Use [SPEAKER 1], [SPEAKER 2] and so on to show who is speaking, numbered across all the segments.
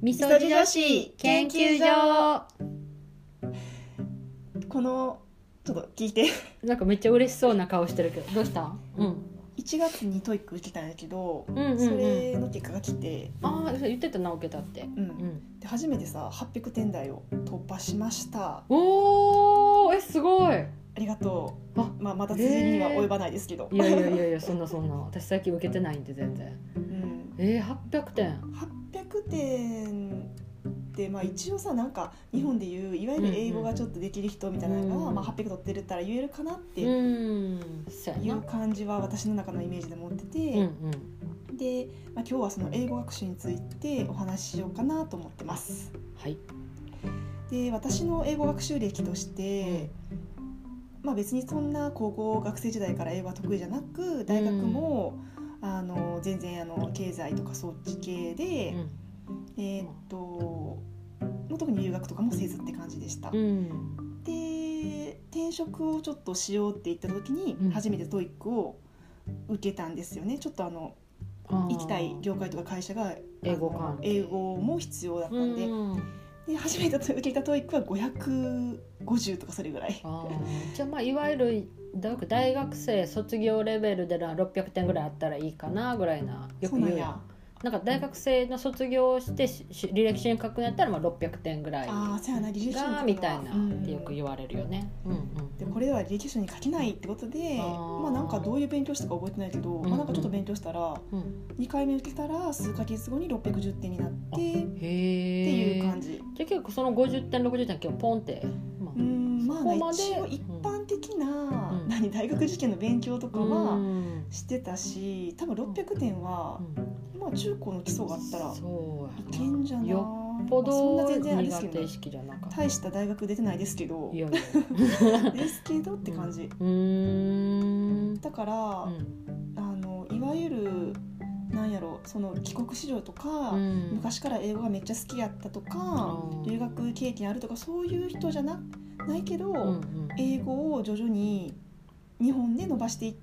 [SPEAKER 1] みそじ女子研究所
[SPEAKER 2] このちょっと聞いて
[SPEAKER 1] なんかめっちゃ嬉しそうな顔してるけどどうしたん、うん、
[SPEAKER 2] 1月にトイック受けたんやけど、
[SPEAKER 1] うんうん
[SPEAKER 2] それの結果が来て、
[SPEAKER 1] ああ言ってたな受けたって、
[SPEAKER 2] う
[SPEAKER 1] うんん、
[SPEAKER 2] で初めてさ800点台を突破しました
[SPEAKER 1] おーえすごい
[SPEAKER 2] ありがとう
[SPEAKER 1] あ
[SPEAKER 2] まあ、また続きには及ばないですけど、
[SPEAKER 1] いやいやいやいやそんなそんな私最近受けてないんで全然
[SPEAKER 2] うん、
[SPEAKER 1] えー、800点
[SPEAKER 2] 800点って、まあ、一応さなんか日本でいういわゆる英語がちょっとできる人みたいなのが、
[SPEAKER 1] うん
[SPEAKER 2] まあ、800取ってるったら言えるかなって
[SPEAKER 1] う
[SPEAKER 2] い
[SPEAKER 1] んそうや
[SPEAKER 2] う
[SPEAKER 1] な
[SPEAKER 2] 感じは私の中のイメージで持ってて、
[SPEAKER 1] うんうん
[SPEAKER 2] で、まあ、今日はその英語学習についてお話ししようかなと思ってます。
[SPEAKER 1] はい
[SPEAKER 2] で私の英語学習歴として、まあ、別にそんな高校学生時代から英語は得意じゃなく大学も、あの全然あの経済とかそっち系で、えーっともう特に留学とかもせずって感じでした。
[SPEAKER 1] うんうん
[SPEAKER 2] で転職をちょっとしようって言った時に、
[SPEAKER 1] うん
[SPEAKER 2] 初めてトイックを受けたんですよねちょっとあの
[SPEAKER 1] あー
[SPEAKER 2] 行きたい業界とか会社が
[SPEAKER 1] 英語関係
[SPEAKER 2] あの英語も必要だった
[SPEAKER 1] うん
[SPEAKER 2] で,、
[SPEAKER 1] ん
[SPEAKER 2] で初めて受けたトイックは550とかそれぐらい
[SPEAKER 1] あーじゃあまあいわゆるだ大学生卒業レベルでな600点ぐらいあったらいいかなぐらいなよ
[SPEAKER 2] そ
[SPEAKER 1] く
[SPEAKER 2] うな
[SPEAKER 1] 言
[SPEAKER 2] ん
[SPEAKER 1] うやん
[SPEAKER 2] や
[SPEAKER 1] なんか大学生の卒業をしてしし履歴書に書くんやったらまあ600点ぐらい
[SPEAKER 2] ああそうやな履歴書に書くの
[SPEAKER 1] が
[SPEAKER 2] は
[SPEAKER 1] みたいな
[SPEAKER 2] うん
[SPEAKER 1] ってよく言われるよね。うんうん
[SPEAKER 2] でこれでは履歴書に書けないってことで
[SPEAKER 1] あー
[SPEAKER 2] まあなんかどういう勉強したか覚えてないけど、
[SPEAKER 1] うんう
[SPEAKER 2] まあ、
[SPEAKER 1] ん
[SPEAKER 2] なんかちょっと勉強したら
[SPEAKER 1] うん
[SPEAKER 2] 2回目受けたら数ヶ月後に610点になってっ
[SPEAKER 1] へ
[SPEAKER 2] て
[SPEAKER 1] え
[SPEAKER 2] いう感じ。
[SPEAKER 1] じゃあ結構その50点60点今日ポンって、まあ
[SPEAKER 2] うんまあ
[SPEAKER 1] そこまで
[SPEAKER 2] 一応一般的な、
[SPEAKER 1] うん
[SPEAKER 2] 何大学受験の勉強とか
[SPEAKER 1] う
[SPEAKER 2] は
[SPEAKER 1] ん
[SPEAKER 2] してたし多分600点は、まあ、中高の基礎があったら
[SPEAKER 1] そう
[SPEAKER 2] いけんじゃない、
[SPEAKER 1] よ
[SPEAKER 2] ま
[SPEAKER 1] っぽ
[SPEAKER 2] あそんな
[SPEAKER 1] ど
[SPEAKER 2] 全然あれで
[SPEAKER 1] 苦
[SPEAKER 2] すけど
[SPEAKER 1] 手意
[SPEAKER 2] ね
[SPEAKER 1] 識じゃなかった。
[SPEAKER 2] 大した大学出てないですけど
[SPEAKER 1] いやいや。
[SPEAKER 2] ですけどって感じ、
[SPEAKER 1] うーん。
[SPEAKER 2] だから、
[SPEAKER 1] うん
[SPEAKER 2] あのいわゆるなんやろその帰国子女とか、
[SPEAKER 1] うん
[SPEAKER 2] 昔から英語がめっちゃ好きやったとか、
[SPEAKER 1] うん
[SPEAKER 2] 留学経験あるとかそういう人じゃなないけど、
[SPEAKER 1] うんうん
[SPEAKER 2] 英語を徐々に日本で伸ばしていっ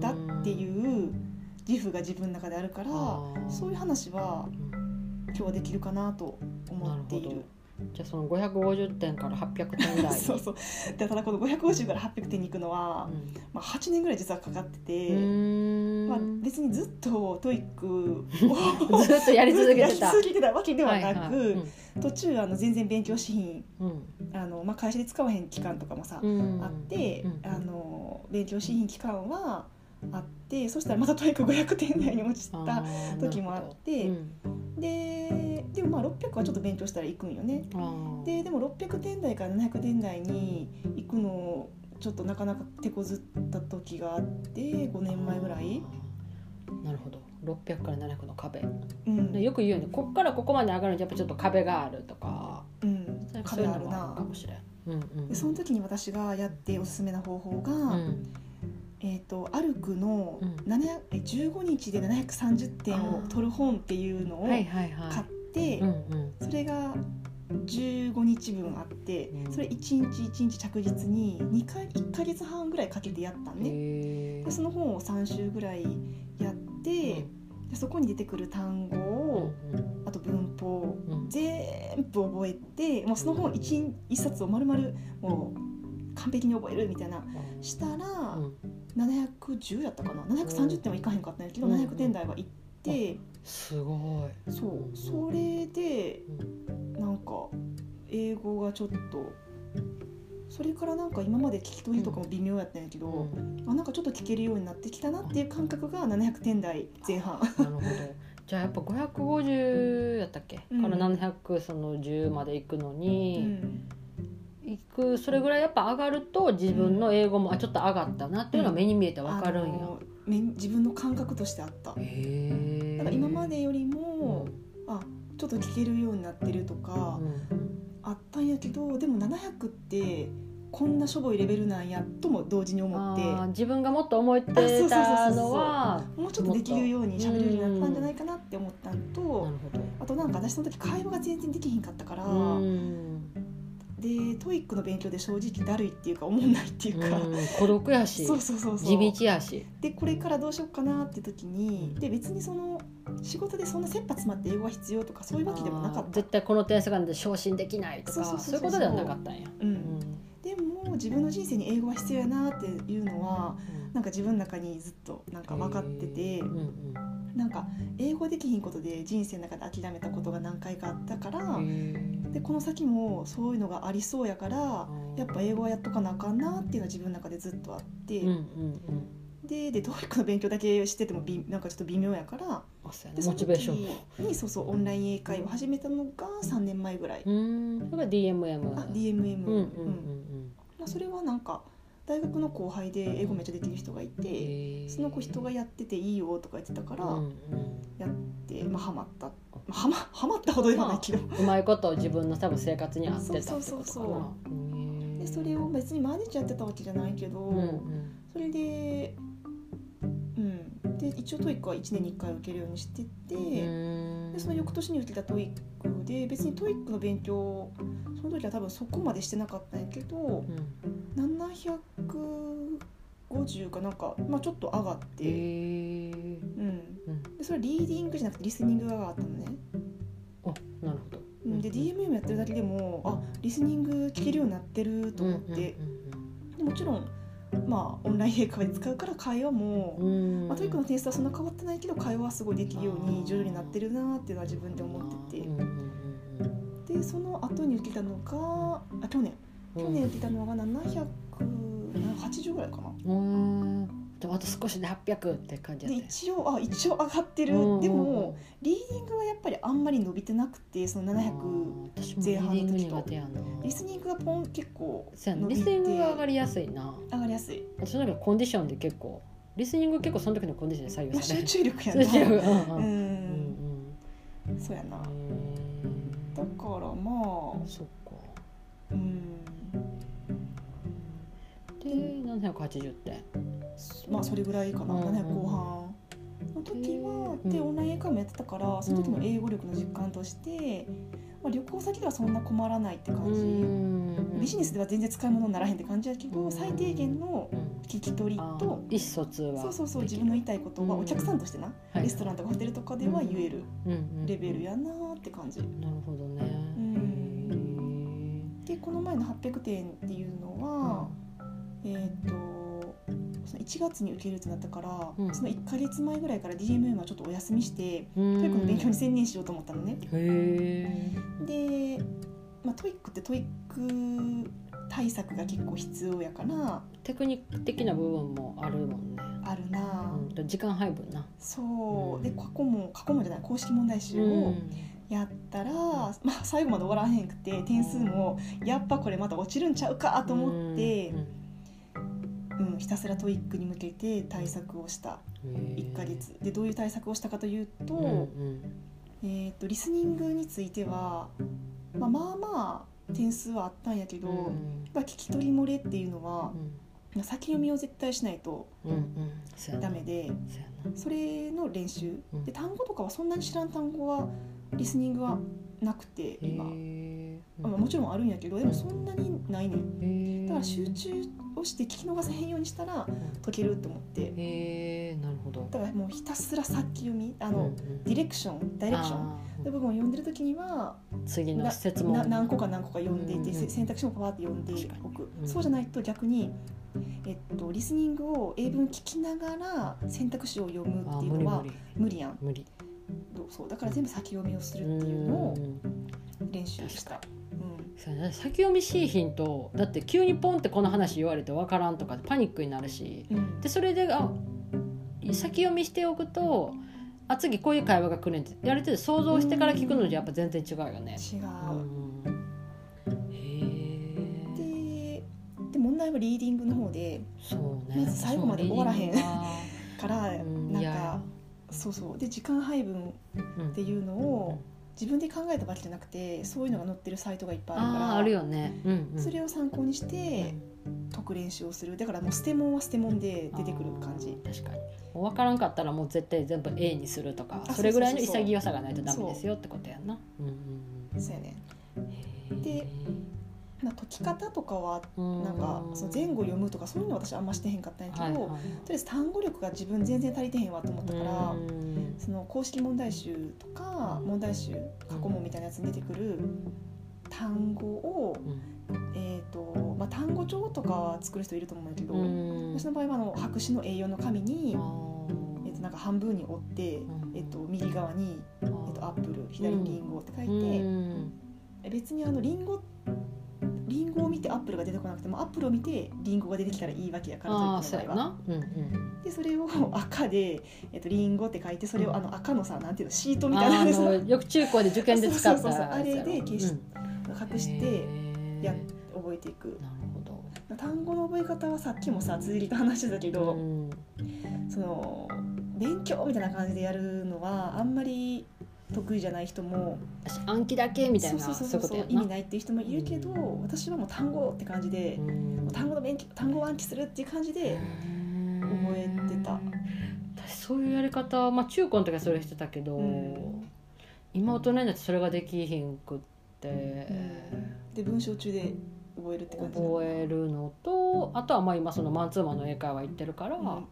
[SPEAKER 2] たっていう自負が自分の中であるから、
[SPEAKER 1] あー
[SPEAKER 2] そういう話は
[SPEAKER 1] うん
[SPEAKER 2] 今日はできるかなと思
[SPEAKER 1] なる
[SPEAKER 2] って
[SPEAKER 1] ほ
[SPEAKER 2] い
[SPEAKER 1] ど
[SPEAKER 2] る。
[SPEAKER 1] じゃあその550点から800点台
[SPEAKER 2] そうそうでただこの550から800点に行くのは、
[SPEAKER 1] うん
[SPEAKER 2] まあ、8年ぐらい実はかかってて、まあ、
[SPEAKER 1] ま
[SPEAKER 2] 別にずっとトイックを
[SPEAKER 1] ずっ とやり続けてた
[SPEAKER 2] やり。続けてたわけではなく、
[SPEAKER 1] いい
[SPEAKER 2] 途中あの全然勉強しひん
[SPEAKER 1] うん
[SPEAKER 2] あの、まあ、会社で使わへん期間とかもさ、
[SPEAKER 1] うん
[SPEAKER 2] あって、
[SPEAKER 1] うん
[SPEAKER 2] あの勉強しひん期間はあってそしたらまたトイック500点台に落ちた時もあって、ででもまあ600はちょっと勉強したら行くんよね。ででも600点台から700点台に行くのちょっとなかなか手こずった時があって5年前ぐらい、
[SPEAKER 1] なるほど600から700の壁
[SPEAKER 2] うん
[SPEAKER 1] よく言うよねこっからここまで上がるのにやっぱちょっと壁があるとか
[SPEAKER 2] うん、
[SPEAKER 1] そうい
[SPEAKER 2] 壁
[SPEAKER 1] うの
[SPEAKER 2] ある
[SPEAKER 1] もあるか
[SPEAKER 2] な
[SPEAKER 1] もしれん。うんうん
[SPEAKER 2] でその時に私がやっておすすめな方法が、
[SPEAKER 1] うん
[SPEAKER 2] えっ、と歩くの
[SPEAKER 1] うん
[SPEAKER 2] 7え15日で730点を取る本っていうのを
[SPEAKER 1] はい
[SPEAKER 2] 買っ
[SPEAKER 1] はいはい
[SPEAKER 2] て、
[SPEAKER 1] うんうん
[SPEAKER 2] それが15日分あって
[SPEAKER 1] うん
[SPEAKER 2] それ1日1日着実に2回1か月半ぐらいかけてやったんね。
[SPEAKER 1] へー
[SPEAKER 2] でその本を3週ぐらいやって、でそこに出てくる単語を
[SPEAKER 1] うん
[SPEAKER 2] あと文法
[SPEAKER 1] うんうん
[SPEAKER 2] 全部覚えてもうその本 1, 一冊を丸々もう完璧に覚えるみたいなしたら、
[SPEAKER 1] うん
[SPEAKER 2] 710やったかな730点はいかへんかったんやけど、
[SPEAKER 1] うん
[SPEAKER 2] 700点台は行って、
[SPEAKER 1] すごい。
[SPEAKER 2] そうそれでなんか英語がちょっとそれからなんか今まで聞き取りとかも微妙やったんやけ
[SPEAKER 1] う
[SPEAKER 2] ど、
[SPEAKER 1] ん
[SPEAKER 2] あなんかちょっと聞けるようになってきたなっていう感覚が700点台前半
[SPEAKER 1] なるほど。じゃあやっぱ550やったっけ、
[SPEAKER 2] うん
[SPEAKER 1] から700その10まで行くの
[SPEAKER 2] う
[SPEAKER 1] に、
[SPEAKER 2] ん
[SPEAKER 1] 行くそれぐらいやっぱ上がると自分の英語も、あちょっと上がったなっていうのが目に見えてわかるんや。
[SPEAKER 2] あのめ自分の感覚としてあった
[SPEAKER 1] へえ。
[SPEAKER 2] なんか今までより
[SPEAKER 1] うん
[SPEAKER 2] も、あちょっと聞けるようになってるとか
[SPEAKER 1] う、ん
[SPEAKER 2] あったんやけどでも700ってこんなしょぼいレベルなんやとも同時に思って
[SPEAKER 1] あー自分がもっと思ってたのは
[SPEAKER 2] もうちょっとできるように喋れるようになったんじゃないかなって思ったんと
[SPEAKER 1] なるほど。
[SPEAKER 2] あとなんか私その時会話が全然できへんかったから
[SPEAKER 1] うん
[SPEAKER 2] でトイックの勉強で正直だるいっていうか思んないっていうか。
[SPEAKER 1] うん孤独やし
[SPEAKER 2] そうそうそうそ
[SPEAKER 1] 地
[SPEAKER 2] う
[SPEAKER 1] 道やし。
[SPEAKER 2] でこれからどうしようかなって時にで別にその仕事でそんな切羽詰まって英語が必要とかそういうわけでもなかった
[SPEAKER 1] 絶対この点数がで昇進できないとか
[SPEAKER 2] そうそう
[SPEAKER 1] そう
[SPEAKER 2] そ
[SPEAKER 1] いうこ
[SPEAKER 2] うそう
[SPEAKER 1] とではなかったんや。
[SPEAKER 2] うんでも自分の人生に英語が必要やなっていうのはなんか自分の中にずっとなんか分かってて
[SPEAKER 1] うんうん
[SPEAKER 2] なんか英語できひんことで人生の中で諦めたことが何回かあったからでこの先もそういうのがありそうやからやっぱ英語はやっとかなあかんなっていうのは自分の中でずっとあって
[SPEAKER 1] うんうんうん
[SPEAKER 2] でで TOEIC の勉強だけしててもびなんかちょっと微妙やから
[SPEAKER 1] あそうや
[SPEAKER 2] で
[SPEAKER 1] な
[SPEAKER 2] そ
[SPEAKER 1] モ
[SPEAKER 2] の
[SPEAKER 1] チ
[SPEAKER 2] 時
[SPEAKER 1] ベーション
[SPEAKER 2] にそうそうオンライン英会話を始めたのが3年前ぐらい。
[SPEAKER 1] うんそれが DMM
[SPEAKER 2] あ DMM、
[SPEAKER 1] うんうんうん
[SPEAKER 2] うん
[SPEAKER 1] うん
[SPEAKER 2] まあ、それはなんか大学の後輩で英語めっちゃできる人がいて。その子人がやってていいよとか言ってたから、
[SPEAKER 1] うん
[SPEAKER 2] やって、まあ、ハマった、まあ、ハマ ハマったほどではないけど、
[SPEAKER 1] うん、うまいこと自分の多分生活に合ってたってことかな
[SPEAKER 2] そうそうそうそ
[SPEAKER 1] うん
[SPEAKER 2] でそれを別に毎日やってたわけじゃないけど、
[SPEAKER 1] うんうん
[SPEAKER 2] それでうんで一応トイックは1年に1回受けるようにしてて、
[SPEAKER 1] うん
[SPEAKER 2] でその翌年に受けたトイックで別にトイックの勉強その時は多分そこまでしてなかったんやけど
[SPEAKER 1] うん
[SPEAKER 2] 750かなんか、まあ、ちょっと上がって、
[SPEAKER 1] へえ
[SPEAKER 2] うん
[SPEAKER 1] うん
[SPEAKER 2] でそれリーディングじゃなくてリスニングが上がったのね。
[SPEAKER 1] あなるほど
[SPEAKER 2] うんで DMM やってるだけでもあリスニング聞けるようになってると思って、でもちろん、まあ、オンライン英会話で使うから会話も、
[SPEAKER 1] うん
[SPEAKER 2] まあ、トイックの点数はそんな変わってないけど会話はすごいできるよう
[SPEAKER 1] あー
[SPEAKER 2] に徐々になってるなっていうのは自分で思って
[SPEAKER 1] うん
[SPEAKER 2] てでその後に受けたのがあ去年
[SPEAKER 1] うんうんうん
[SPEAKER 2] 去年受けたのが780ぐらいかな。
[SPEAKER 1] うんでもあと少しで800って感じ
[SPEAKER 2] で
[SPEAKER 1] やっ
[SPEAKER 2] 一応あ一応上がって
[SPEAKER 1] た
[SPEAKER 2] る、
[SPEAKER 1] ようん
[SPEAKER 2] でもリーディングはやっぱりあんまり伸びてなくてその700
[SPEAKER 1] 前
[SPEAKER 2] 前
[SPEAKER 1] 半
[SPEAKER 2] 半
[SPEAKER 1] の
[SPEAKER 2] の
[SPEAKER 1] 時
[SPEAKER 2] 時
[SPEAKER 1] と
[SPEAKER 2] と
[SPEAKER 1] 苦手やな
[SPEAKER 2] リスニングがポン結構
[SPEAKER 1] そうや
[SPEAKER 2] 伸
[SPEAKER 1] なリ
[SPEAKER 2] びて
[SPEAKER 1] スニングが上がりやすいな
[SPEAKER 2] 上がりやすい、
[SPEAKER 1] 私なんかコンディションで結構リスニング結構その時のコンディションで
[SPEAKER 2] まあ、
[SPEAKER 1] 左
[SPEAKER 2] 集
[SPEAKER 1] 右さ
[SPEAKER 2] 中力や
[SPEAKER 1] れる集中
[SPEAKER 2] な
[SPEAKER 1] うんう
[SPEAKER 2] う
[SPEAKER 1] んうんん
[SPEAKER 2] そうやなだ
[SPEAKER 1] う
[SPEAKER 2] か
[SPEAKER 1] ん
[SPEAKER 2] らまあ
[SPEAKER 1] そっか
[SPEAKER 2] うん
[SPEAKER 1] で780点
[SPEAKER 2] まあそれぐらいかな
[SPEAKER 1] うん
[SPEAKER 2] 700後半の時は
[SPEAKER 1] うん
[SPEAKER 2] でオンライン英会もやってたからその時の英語力の実感として、まあ、旅行先ではそんな困らないって感じ、ビジネスでは全然使い物にならへんって感じやけ
[SPEAKER 1] う
[SPEAKER 2] ど
[SPEAKER 1] ん
[SPEAKER 2] 最低限の
[SPEAKER 1] うん
[SPEAKER 2] 聞き取り
[SPEAKER 1] あ
[SPEAKER 2] と
[SPEAKER 1] 意思疎通は
[SPEAKER 2] そうそうそう自分の言いたいことは
[SPEAKER 1] うん
[SPEAKER 2] お客さんとしてな、
[SPEAKER 1] はい
[SPEAKER 2] レストランとかホテルとかでは言える
[SPEAKER 1] うんうん
[SPEAKER 2] レベルやなって感じ
[SPEAKER 1] なるほどね
[SPEAKER 2] んでこの前の800点っていうのは、えーっとその1月に受けるってなったから、
[SPEAKER 1] うん
[SPEAKER 2] その1か月前ぐらいから DMM はちょっとお休みして、
[SPEAKER 1] へー
[SPEAKER 2] トイックの勉強に専念しようと思ったのね。
[SPEAKER 1] へ
[SPEAKER 2] で、まあ、トイックってトイック対策が結構必要やから
[SPEAKER 1] ーテクニック的な部分もあるもんね
[SPEAKER 2] あるな、
[SPEAKER 1] うんと時間配分な
[SPEAKER 2] そうで過去も過去もじゃない公式問題集
[SPEAKER 1] う
[SPEAKER 2] を
[SPEAKER 1] ん
[SPEAKER 2] やったら、まあ、最後まで終わらへんくて点数もやっぱこれまた落ちるんちゃうかと思って、うんひたすらトイックに向けて対策をした。1ヶ月でどういう対策をしたかというと,、
[SPEAKER 1] うんうん
[SPEAKER 2] えー、とリスニングについては、まあ、まあまあ点数はあったんやけど、
[SPEAKER 1] うん
[SPEAKER 2] やっぱ聞き取り漏れっていうのは
[SPEAKER 1] うん
[SPEAKER 2] 先読みを絶対しないと
[SPEAKER 1] うんうんそうやな
[SPEAKER 2] ダメで
[SPEAKER 1] そうや
[SPEAKER 2] それの練習
[SPEAKER 1] うん
[SPEAKER 2] で単語とかはそんなに知らん単語はリスニングはなくて
[SPEAKER 1] な
[SPEAKER 2] 今、
[SPEAKER 1] へー
[SPEAKER 2] まあ、もちろんあるんやけどでもそんなにないねん
[SPEAKER 1] へー
[SPEAKER 2] だから集中をして聞き逃せへんようにしたら解けると思って
[SPEAKER 1] へーなるほど
[SPEAKER 2] だからもうひたすら先読みあ
[SPEAKER 1] あ
[SPEAKER 2] の、ディレクションダイレクションの部分を読んでる時には
[SPEAKER 1] 次の
[SPEAKER 2] な
[SPEAKER 1] 施設も
[SPEAKER 2] な何個か何個か読んでい
[SPEAKER 1] う
[SPEAKER 2] て、
[SPEAKER 1] んうん
[SPEAKER 2] せ選択肢もパワーって読んでおく、
[SPEAKER 1] うん
[SPEAKER 2] そうじゃないと逆に、えっと、リスニングを英文聞きながら選択肢を読む
[SPEAKER 1] あ
[SPEAKER 2] ってい
[SPEAKER 1] 無
[SPEAKER 2] う
[SPEAKER 1] 理
[SPEAKER 2] のは
[SPEAKER 1] 無理
[SPEAKER 2] 無理やん
[SPEAKER 1] 無理
[SPEAKER 2] どうそうだから全部先読みをするっていうのを
[SPEAKER 1] うん
[SPEAKER 2] 練習した、うん
[SPEAKER 1] そうやな先読みしいひんとだって急にポンってこの話言われて分からんとかパニックになるし
[SPEAKER 2] うん
[SPEAKER 1] でそれであ先読みしておくとあ次こういう会話が来るんってやる程度想像してから聞くのじゃやっぱ全然違うよね。
[SPEAKER 2] 違う、
[SPEAKER 1] うんへえ
[SPEAKER 2] でで問題はリーディングの方で
[SPEAKER 1] そうね
[SPEAKER 2] まず最後まで終わらへん
[SPEAKER 1] そうリーディングは
[SPEAKER 2] から
[SPEAKER 1] うん
[SPEAKER 2] なん
[SPEAKER 1] いや
[SPEAKER 2] かそうそうで時間配分っていうのを自分で考えたわけじゃなくてそういうのが載ってるサイトがいっぱいあるか
[SPEAKER 1] あ
[SPEAKER 2] ら
[SPEAKER 1] ーあるよね。うんうん
[SPEAKER 2] それを参考にし
[SPEAKER 1] う
[SPEAKER 2] て
[SPEAKER 1] ん
[SPEAKER 2] 解く練習をするだからもう捨てもんは捨てもんで出てくる感じ
[SPEAKER 1] あー確かにもう分からんかったらもう絶対全部 A にするとか
[SPEAKER 2] あ
[SPEAKER 1] それぐらいの
[SPEAKER 2] そうそうそうそう
[SPEAKER 1] 潔さがないとダメですよってことやんな。うんうんうん
[SPEAKER 2] そうやね
[SPEAKER 1] へー
[SPEAKER 2] でなんか解き方とかはなんかその前後読むとかそういうの私あんましてへんかったんやけど、
[SPEAKER 1] はいはい
[SPEAKER 2] とりあえず単語力が自分全然足りてへんわと思ったから、
[SPEAKER 1] うん
[SPEAKER 2] その公式問題集とか問題集過去問みたいなやつに出てくる単語を、
[SPEAKER 1] うん
[SPEAKER 2] えーとまあ、単語帳とかは作る人いると思うんだけど、
[SPEAKER 1] うん
[SPEAKER 2] 私の場合はあの白紙の A4 の紙に、えー、となんか半分に折って、
[SPEAKER 1] ん
[SPEAKER 2] えー、と右側に、
[SPEAKER 1] あー
[SPEAKER 2] えー、とアップル左にリンゴって書いて、
[SPEAKER 1] うん
[SPEAKER 2] 別にあのリンゴリンゴを見てアップルが出てこなくてもアップルを見てリンゴが出てきたらいいわけやから
[SPEAKER 1] あー
[SPEAKER 2] ト
[SPEAKER 1] そ
[SPEAKER 2] イ
[SPEAKER 1] う
[SPEAKER 2] ッ
[SPEAKER 1] や
[SPEAKER 2] クの場合は
[SPEAKER 1] なうんうん
[SPEAKER 2] でそれを赤で、えっと、リンゴって書いてそれをあの赤のさなんていうのシートみたいな
[SPEAKER 1] あ
[SPEAKER 2] の
[SPEAKER 1] ー
[SPEAKER 2] で
[SPEAKER 1] あ
[SPEAKER 2] そ
[SPEAKER 1] の
[SPEAKER 2] の
[SPEAKER 1] よく中高で受験で使っ
[SPEAKER 2] そうそうそうそう
[SPEAKER 1] た
[SPEAKER 2] あれで消し
[SPEAKER 1] うん
[SPEAKER 2] 隠してや
[SPEAKER 1] へー
[SPEAKER 2] 覚えていく
[SPEAKER 1] なるほど
[SPEAKER 2] 単語の覚え方はさっきもさ綴りと話してたけど、
[SPEAKER 1] うん
[SPEAKER 2] その勉強みたいな感じでやるのはあんまり得意じゃない人も
[SPEAKER 1] 私暗記だけみたいな
[SPEAKER 2] そうそう
[SPEAKER 1] そ
[SPEAKER 2] そう
[SPEAKER 1] いうこと
[SPEAKER 2] うそう
[SPEAKER 1] やな
[SPEAKER 2] 意味ないっていう人もいるけど私はもう単語って感じ
[SPEAKER 1] う、
[SPEAKER 2] で
[SPEAKER 1] ん
[SPEAKER 2] 単語の勉強単語を暗記するっていう感じで。覚えてた
[SPEAKER 1] 私そういうやり方、まあ、中高の時はそれしてたけど、
[SPEAKER 2] うん
[SPEAKER 1] 今大人になってそれができひんくって、
[SPEAKER 2] で文章中で覚えるって感じ
[SPEAKER 1] 覚えるのとあとはまあ今そのマンツーマンの英会話行ってるから、
[SPEAKER 2] うん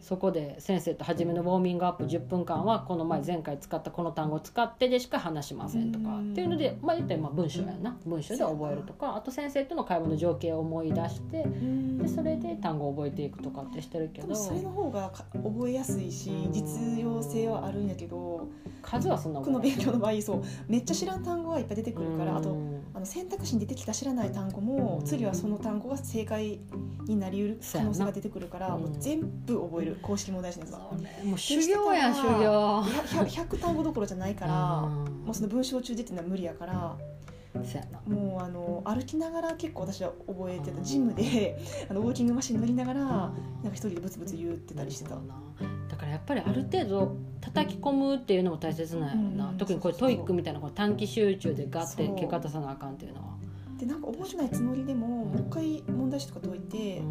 [SPEAKER 1] そこで先生と初めのウォーミングアップ10分間はこの前前回使ったこの単語を使ってでしか話しませんとか
[SPEAKER 2] うん
[SPEAKER 1] っていうので、まあ、言ったらまあ文章やな文章で覚えるとかあと先生との会話の情景を思い出して
[SPEAKER 2] うん
[SPEAKER 1] でそれで単語を覚えていくとかってしてるけ
[SPEAKER 2] 多
[SPEAKER 1] ど
[SPEAKER 2] 分それの方がか覚えやすいし実用性はあるんやけど
[SPEAKER 1] 数はそんな
[SPEAKER 2] 僕の勉強の場合そうめっちゃ知らん単語はいっぱい出てくるからあ
[SPEAKER 1] う
[SPEAKER 2] と
[SPEAKER 1] ん
[SPEAKER 2] あの選択肢に出てきた知らない単語も次はその単語が正解になりうる可能性が出てくるから
[SPEAKER 1] そうやな
[SPEAKER 2] もう全部覚える公式問題集のやつは
[SPEAKER 1] そうねもう修行やん修行
[SPEAKER 2] いや 100, 100単語どころじゃないから
[SPEAKER 1] うん
[SPEAKER 2] もうその文章中でっていうのは無理やから。
[SPEAKER 1] そうやな
[SPEAKER 2] もうあの歩きながら結構私は覚えてたジムであのウォーキングマシン乗りながらなんか一人でブツブツ言ってたりして
[SPEAKER 1] な
[SPEAKER 2] た、
[SPEAKER 1] るほどなだからやっぱりある程度叩き込むっていうのも大切なんやろな、
[SPEAKER 2] うん
[SPEAKER 1] 特にこれ
[SPEAKER 2] そう
[SPEAKER 1] ト
[SPEAKER 2] そうそ
[SPEAKER 1] イ
[SPEAKER 2] う
[SPEAKER 1] ックみたいなこう短期集中でガッて
[SPEAKER 2] そう
[SPEAKER 1] 結果出さなあかんっていうのは
[SPEAKER 2] でなんか覚えてないつもりでも
[SPEAKER 1] うん
[SPEAKER 2] もう一回問題集とか解いうて、
[SPEAKER 1] ん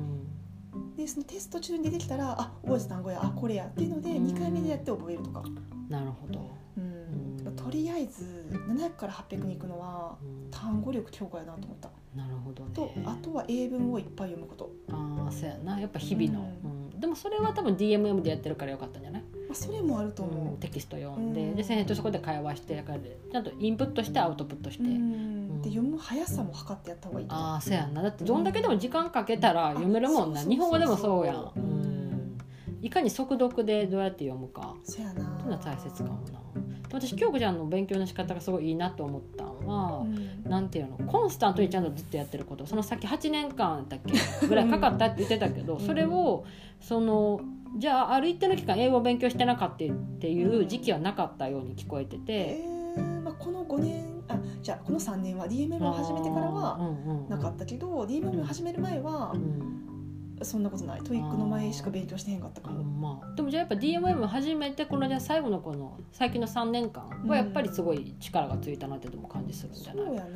[SPEAKER 2] でそのテスト中に出てきたらあ覚えてた単語やあこれやっていうので
[SPEAKER 1] うん
[SPEAKER 2] 2回目でやって覚えるとか、
[SPEAKER 1] なるほど、
[SPEAKER 2] うんとりあえず700から800に行くのは
[SPEAKER 1] うん
[SPEAKER 2] 単語力強化やなと思った
[SPEAKER 1] なるほどね
[SPEAKER 2] とあとは英文をいっぱい読むこと、
[SPEAKER 1] ああそうやなやっぱ日々の、う
[SPEAKER 2] うん
[SPEAKER 1] でもそれは多分 DMM でやってるからよかったんじゃない
[SPEAKER 2] まあ、それもあると
[SPEAKER 1] う
[SPEAKER 2] 思
[SPEAKER 1] んテキスト読んで、
[SPEAKER 2] うん
[SPEAKER 1] で先生とそこで会話してだからちゃんとインプットしてアウトプットし
[SPEAKER 2] う、
[SPEAKER 1] て、
[SPEAKER 2] うんで
[SPEAKER 1] うん
[SPEAKER 2] 読む速さも測ってやった方がいいと思う
[SPEAKER 1] ああそうやんなだってどんだけでも時間かけたら読めるもんな
[SPEAKER 2] あそうそうそうそう
[SPEAKER 1] 日本語でもそうやん、
[SPEAKER 2] うん
[SPEAKER 1] うんいかに速読でどうやって読むか
[SPEAKER 2] そうやな
[SPEAKER 1] っていうのは大切かもなで私京子ちゃんの勉強の仕方がすごいいいなと思ったのは、
[SPEAKER 2] うん
[SPEAKER 1] なんていうのコンスタントにちゃんとずっとやってることその先8年間だっけぐらいかかったって言ってたけど、
[SPEAKER 2] ん
[SPEAKER 1] それをそのじゃあある一定の期間英語を勉強してなかったっていう時期はなかったように聞こえてて、
[SPEAKER 2] えーまあ、この5年あじゃあこの3年は DMM を始めてから
[SPEAKER 1] う
[SPEAKER 2] は
[SPEAKER 1] んうんうん
[SPEAKER 2] なかったけど、DMM を始める前は
[SPEAKER 1] うん
[SPEAKER 2] そんなことないトイックの前しか勉強してへんかったか
[SPEAKER 1] あ
[SPEAKER 2] も、
[SPEAKER 1] まあ、でもじゃあやっぱ DMM 始めてこのじゃあ最後のこの最近の3年間はやっぱりすごい力がついたなってでも感じするんじ
[SPEAKER 2] そ
[SPEAKER 1] ゃないう
[SPEAKER 2] やな、
[SPEAKER 1] ん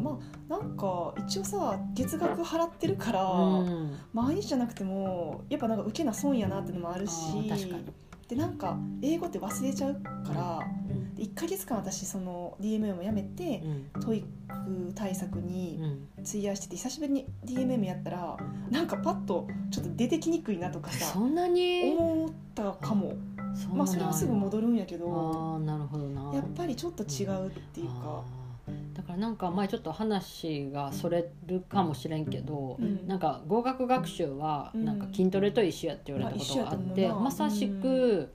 [SPEAKER 2] まあなんか一応さ月額払ってるから、
[SPEAKER 1] うん
[SPEAKER 2] 毎日じゃなくてもやっぱなんか受けな損やなってのもあるし
[SPEAKER 1] あー確かに
[SPEAKER 2] でなんか英語って忘れちゃうから、で1か月間私その DMM をやめて
[SPEAKER 1] う、ん
[SPEAKER 2] トイック対策に
[SPEAKER 1] うん
[SPEAKER 2] 費やしてて久しぶりに DMM やったらなんかパッとちょっと出てきにくいなとかさ
[SPEAKER 1] そんなに
[SPEAKER 2] 思ったかも
[SPEAKER 1] そんな
[SPEAKER 2] まあそれはすぐ戻るんやけ
[SPEAKER 1] る
[SPEAKER 2] ど
[SPEAKER 1] ああなるほどな
[SPEAKER 2] やっぱりちょっと違うっていうか、
[SPEAKER 1] あーだからなんか前ちょっと話がそれるかもしれんけど、
[SPEAKER 2] うん
[SPEAKER 1] なんか語学学習は
[SPEAKER 2] うん
[SPEAKER 1] なんか筋トレと一緒やって言われたことがあっ
[SPEAKER 2] あ一緒
[SPEAKER 1] て、
[SPEAKER 2] やと思う
[SPEAKER 1] ま
[SPEAKER 2] な
[SPEAKER 1] さしく、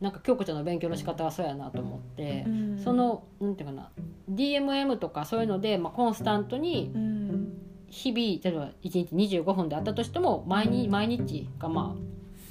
[SPEAKER 1] なんか京子ちゃんの勉強の仕方はそうやなと思って、そのなんていうかな DMM とかそういうので、まあ、コンスタントに
[SPEAKER 2] うん
[SPEAKER 1] 日々例えば1日25分であったとしても毎日毎日がまあ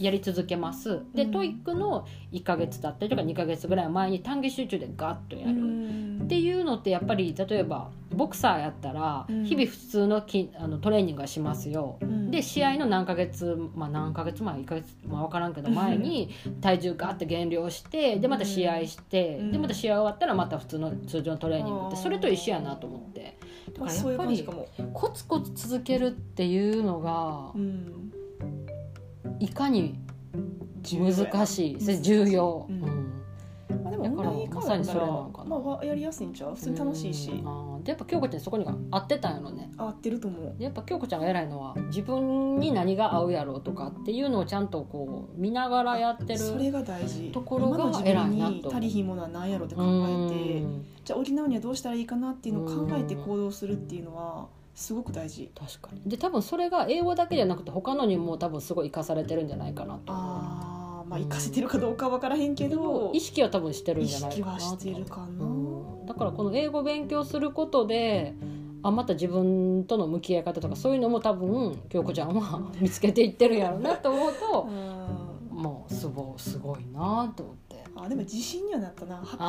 [SPEAKER 1] やり続けますで、
[SPEAKER 2] うん
[SPEAKER 1] トイックの1ヶ月だったりとか2ヶ月ぐらい前に短期集中でガッとやる、
[SPEAKER 2] うん
[SPEAKER 1] っていうのってやっぱり例えばボクサーやったら
[SPEAKER 2] うん
[SPEAKER 1] 日々普通のきあのトレーニングはしますよ、
[SPEAKER 2] うん
[SPEAKER 1] で試合の何ヶ月、まあ、何ヶ月前1ヶ月、まあ、分からんけど前に体重ガーって減量してでまた試合して、
[SPEAKER 2] うん
[SPEAKER 1] でまた試合終わったらまた普通の通常のトレーニングって
[SPEAKER 2] あー
[SPEAKER 1] それと一緒やなと思ってだか
[SPEAKER 2] まあ
[SPEAKER 1] ら
[SPEAKER 2] そう
[SPEAKER 1] や
[SPEAKER 2] いう
[SPEAKER 1] っぱ
[SPEAKER 2] 感じ
[SPEAKER 1] り
[SPEAKER 2] かも、
[SPEAKER 1] コツコツ続けるっていうの
[SPEAKER 2] う
[SPEAKER 1] が
[SPEAKER 2] ん、
[SPEAKER 1] いかに難しいそれ重
[SPEAKER 2] 重
[SPEAKER 1] 要
[SPEAKER 2] 要、
[SPEAKER 1] う
[SPEAKER 2] うんんまあでも
[SPEAKER 1] だ
[SPEAKER 2] オ
[SPEAKER 1] から
[SPEAKER 2] ンライン英会
[SPEAKER 1] ま
[SPEAKER 2] 話
[SPEAKER 1] さ
[SPEAKER 2] だ
[SPEAKER 1] に
[SPEAKER 2] っ
[SPEAKER 1] そ
[SPEAKER 2] た
[SPEAKER 1] れ
[SPEAKER 2] ら
[SPEAKER 1] なのかな
[SPEAKER 2] まあ、やりやすいんちゃう普通に楽しいし、
[SPEAKER 1] うんあーってやっぱ京子ちゃんそこには合ってたんやろね
[SPEAKER 2] 合ってると思う
[SPEAKER 1] やっぱ京子ちゃんが偉いのは自分に何が合うやろうとかっていうのをちゃんとこう見ながらやってる
[SPEAKER 2] それが大事
[SPEAKER 1] ところが偉いなと
[SPEAKER 2] 今の自分に足りひんものは何やろって考えてじゃあ補うにはどうしたらいいかなっていうのを考えて行動するっていうのはすごく大事
[SPEAKER 1] 確かにで多分それが英語だけじゃなくて他のにも多分すごい生かされてるんじゃないかなと
[SPEAKER 2] ああまあ生かせてるかどうかわからへんけど、
[SPEAKER 1] 意識は多分してるん
[SPEAKER 2] 意
[SPEAKER 1] じゃない
[SPEAKER 2] 識
[SPEAKER 1] かな
[SPEAKER 2] は
[SPEAKER 1] と
[SPEAKER 2] してるかな、
[SPEAKER 1] だからこの英語勉強することであまた自分との向き合い方とかそういうのも多分京子ちゃんは見つけていってるんやろうなと思うと
[SPEAKER 2] うん
[SPEAKER 1] もうすごいすごいなと思って。
[SPEAKER 2] あでも自信にはなったな800っていう数字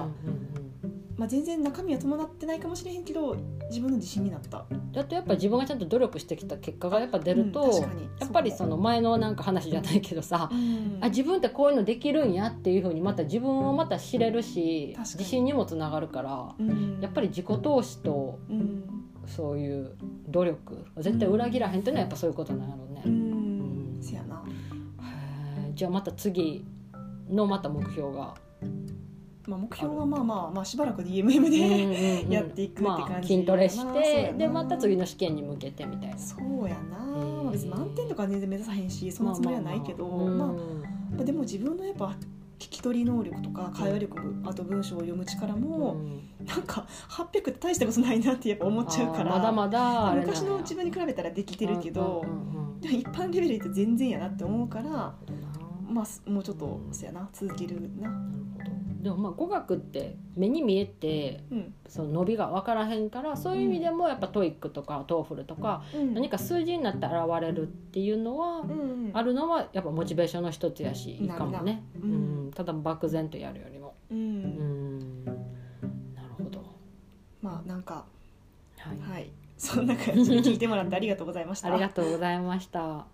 [SPEAKER 1] あーうんうん
[SPEAKER 2] まあ、全然中身は伴ってないかもしれへんけど自分の自信になった
[SPEAKER 1] うんあとやっぱ自分がちゃんと努力してきた結果がやっぱ出ると、
[SPEAKER 2] うん確かに
[SPEAKER 1] やっぱりその前のなんか話じゃないけどさ、
[SPEAKER 2] うん
[SPEAKER 1] あ自分ってこういうのできるんやっていうふうにまた自分をまた知れるし
[SPEAKER 2] 確かに
[SPEAKER 1] 自信にもつながるから
[SPEAKER 2] うん
[SPEAKER 1] やっぱり自己投資と
[SPEAKER 2] うん、
[SPEAKER 1] そういう努力絶対裏切らへんっていうのはやっぱそういうことなんやろうね
[SPEAKER 2] う。ん、せやな、
[SPEAKER 1] へーじゃあまた次のまた目標が、
[SPEAKER 2] まあ、目標はまあまあ、まあ、しばらく DMM で、やっていくって感じ
[SPEAKER 1] まあ、筋トレし
[SPEAKER 2] まあそうや
[SPEAKER 1] て
[SPEAKER 2] な
[SPEAKER 1] でまた次の試験に向けてみたいな。
[SPEAKER 2] そうやな、まあ別に満点とかは全然目指さへんしそん
[SPEAKER 1] ま
[SPEAKER 2] な
[SPEAKER 1] あ
[SPEAKER 2] つもりはないけど、
[SPEAKER 1] まあまあ
[SPEAKER 2] まあでも自分のやっぱ聞き取り能力とか会話力もあと文章を読む力
[SPEAKER 1] うん
[SPEAKER 2] も、
[SPEAKER 1] うん
[SPEAKER 2] なんか800って大したことないなってやっぱ思っちゃうから
[SPEAKER 1] あーまだまだあれなんや
[SPEAKER 2] 昔の自分に比べたらできてるけど
[SPEAKER 1] うん、うん
[SPEAKER 2] でも一般レベルって全然やなって思うから、
[SPEAKER 1] うんなるほ
[SPEAKER 2] まあ、すもうちょっとそやな続けるな、
[SPEAKER 1] どでもまあ語学って目に見えて
[SPEAKER 2] うん
[SPEAKER 1] その伸びが分からへんからそういう意味でもやっぱ TOEIC とか TOEFL とか
[SPEAKER 2] うん、
[SPEAKER 1] 何か数字になって現れるっていうのは
[SPEAKER 2] うん
[SPEAKER 1] あるのはやっぱモチベーションの一つやしいいかもね、
[SPEAKER 2] な
[SPEAKER 1] う
[SPEAKER 2] るなうん
[SPEAKER 1] ん、ただ漠然とやるよりも。
[SPEAKER 2] う
[SPEAKER 1] うんんなるほど、
[SPEAKER 2] まあなんか
[SPEAKER 1] はい
[SPEAKER 2] はいそんな感じで聞いてもらってありがとうございました
[SPEAKER 1] ありがとうございました。